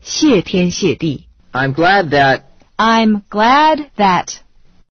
谢天谢地。 I'm glad that I'm glad that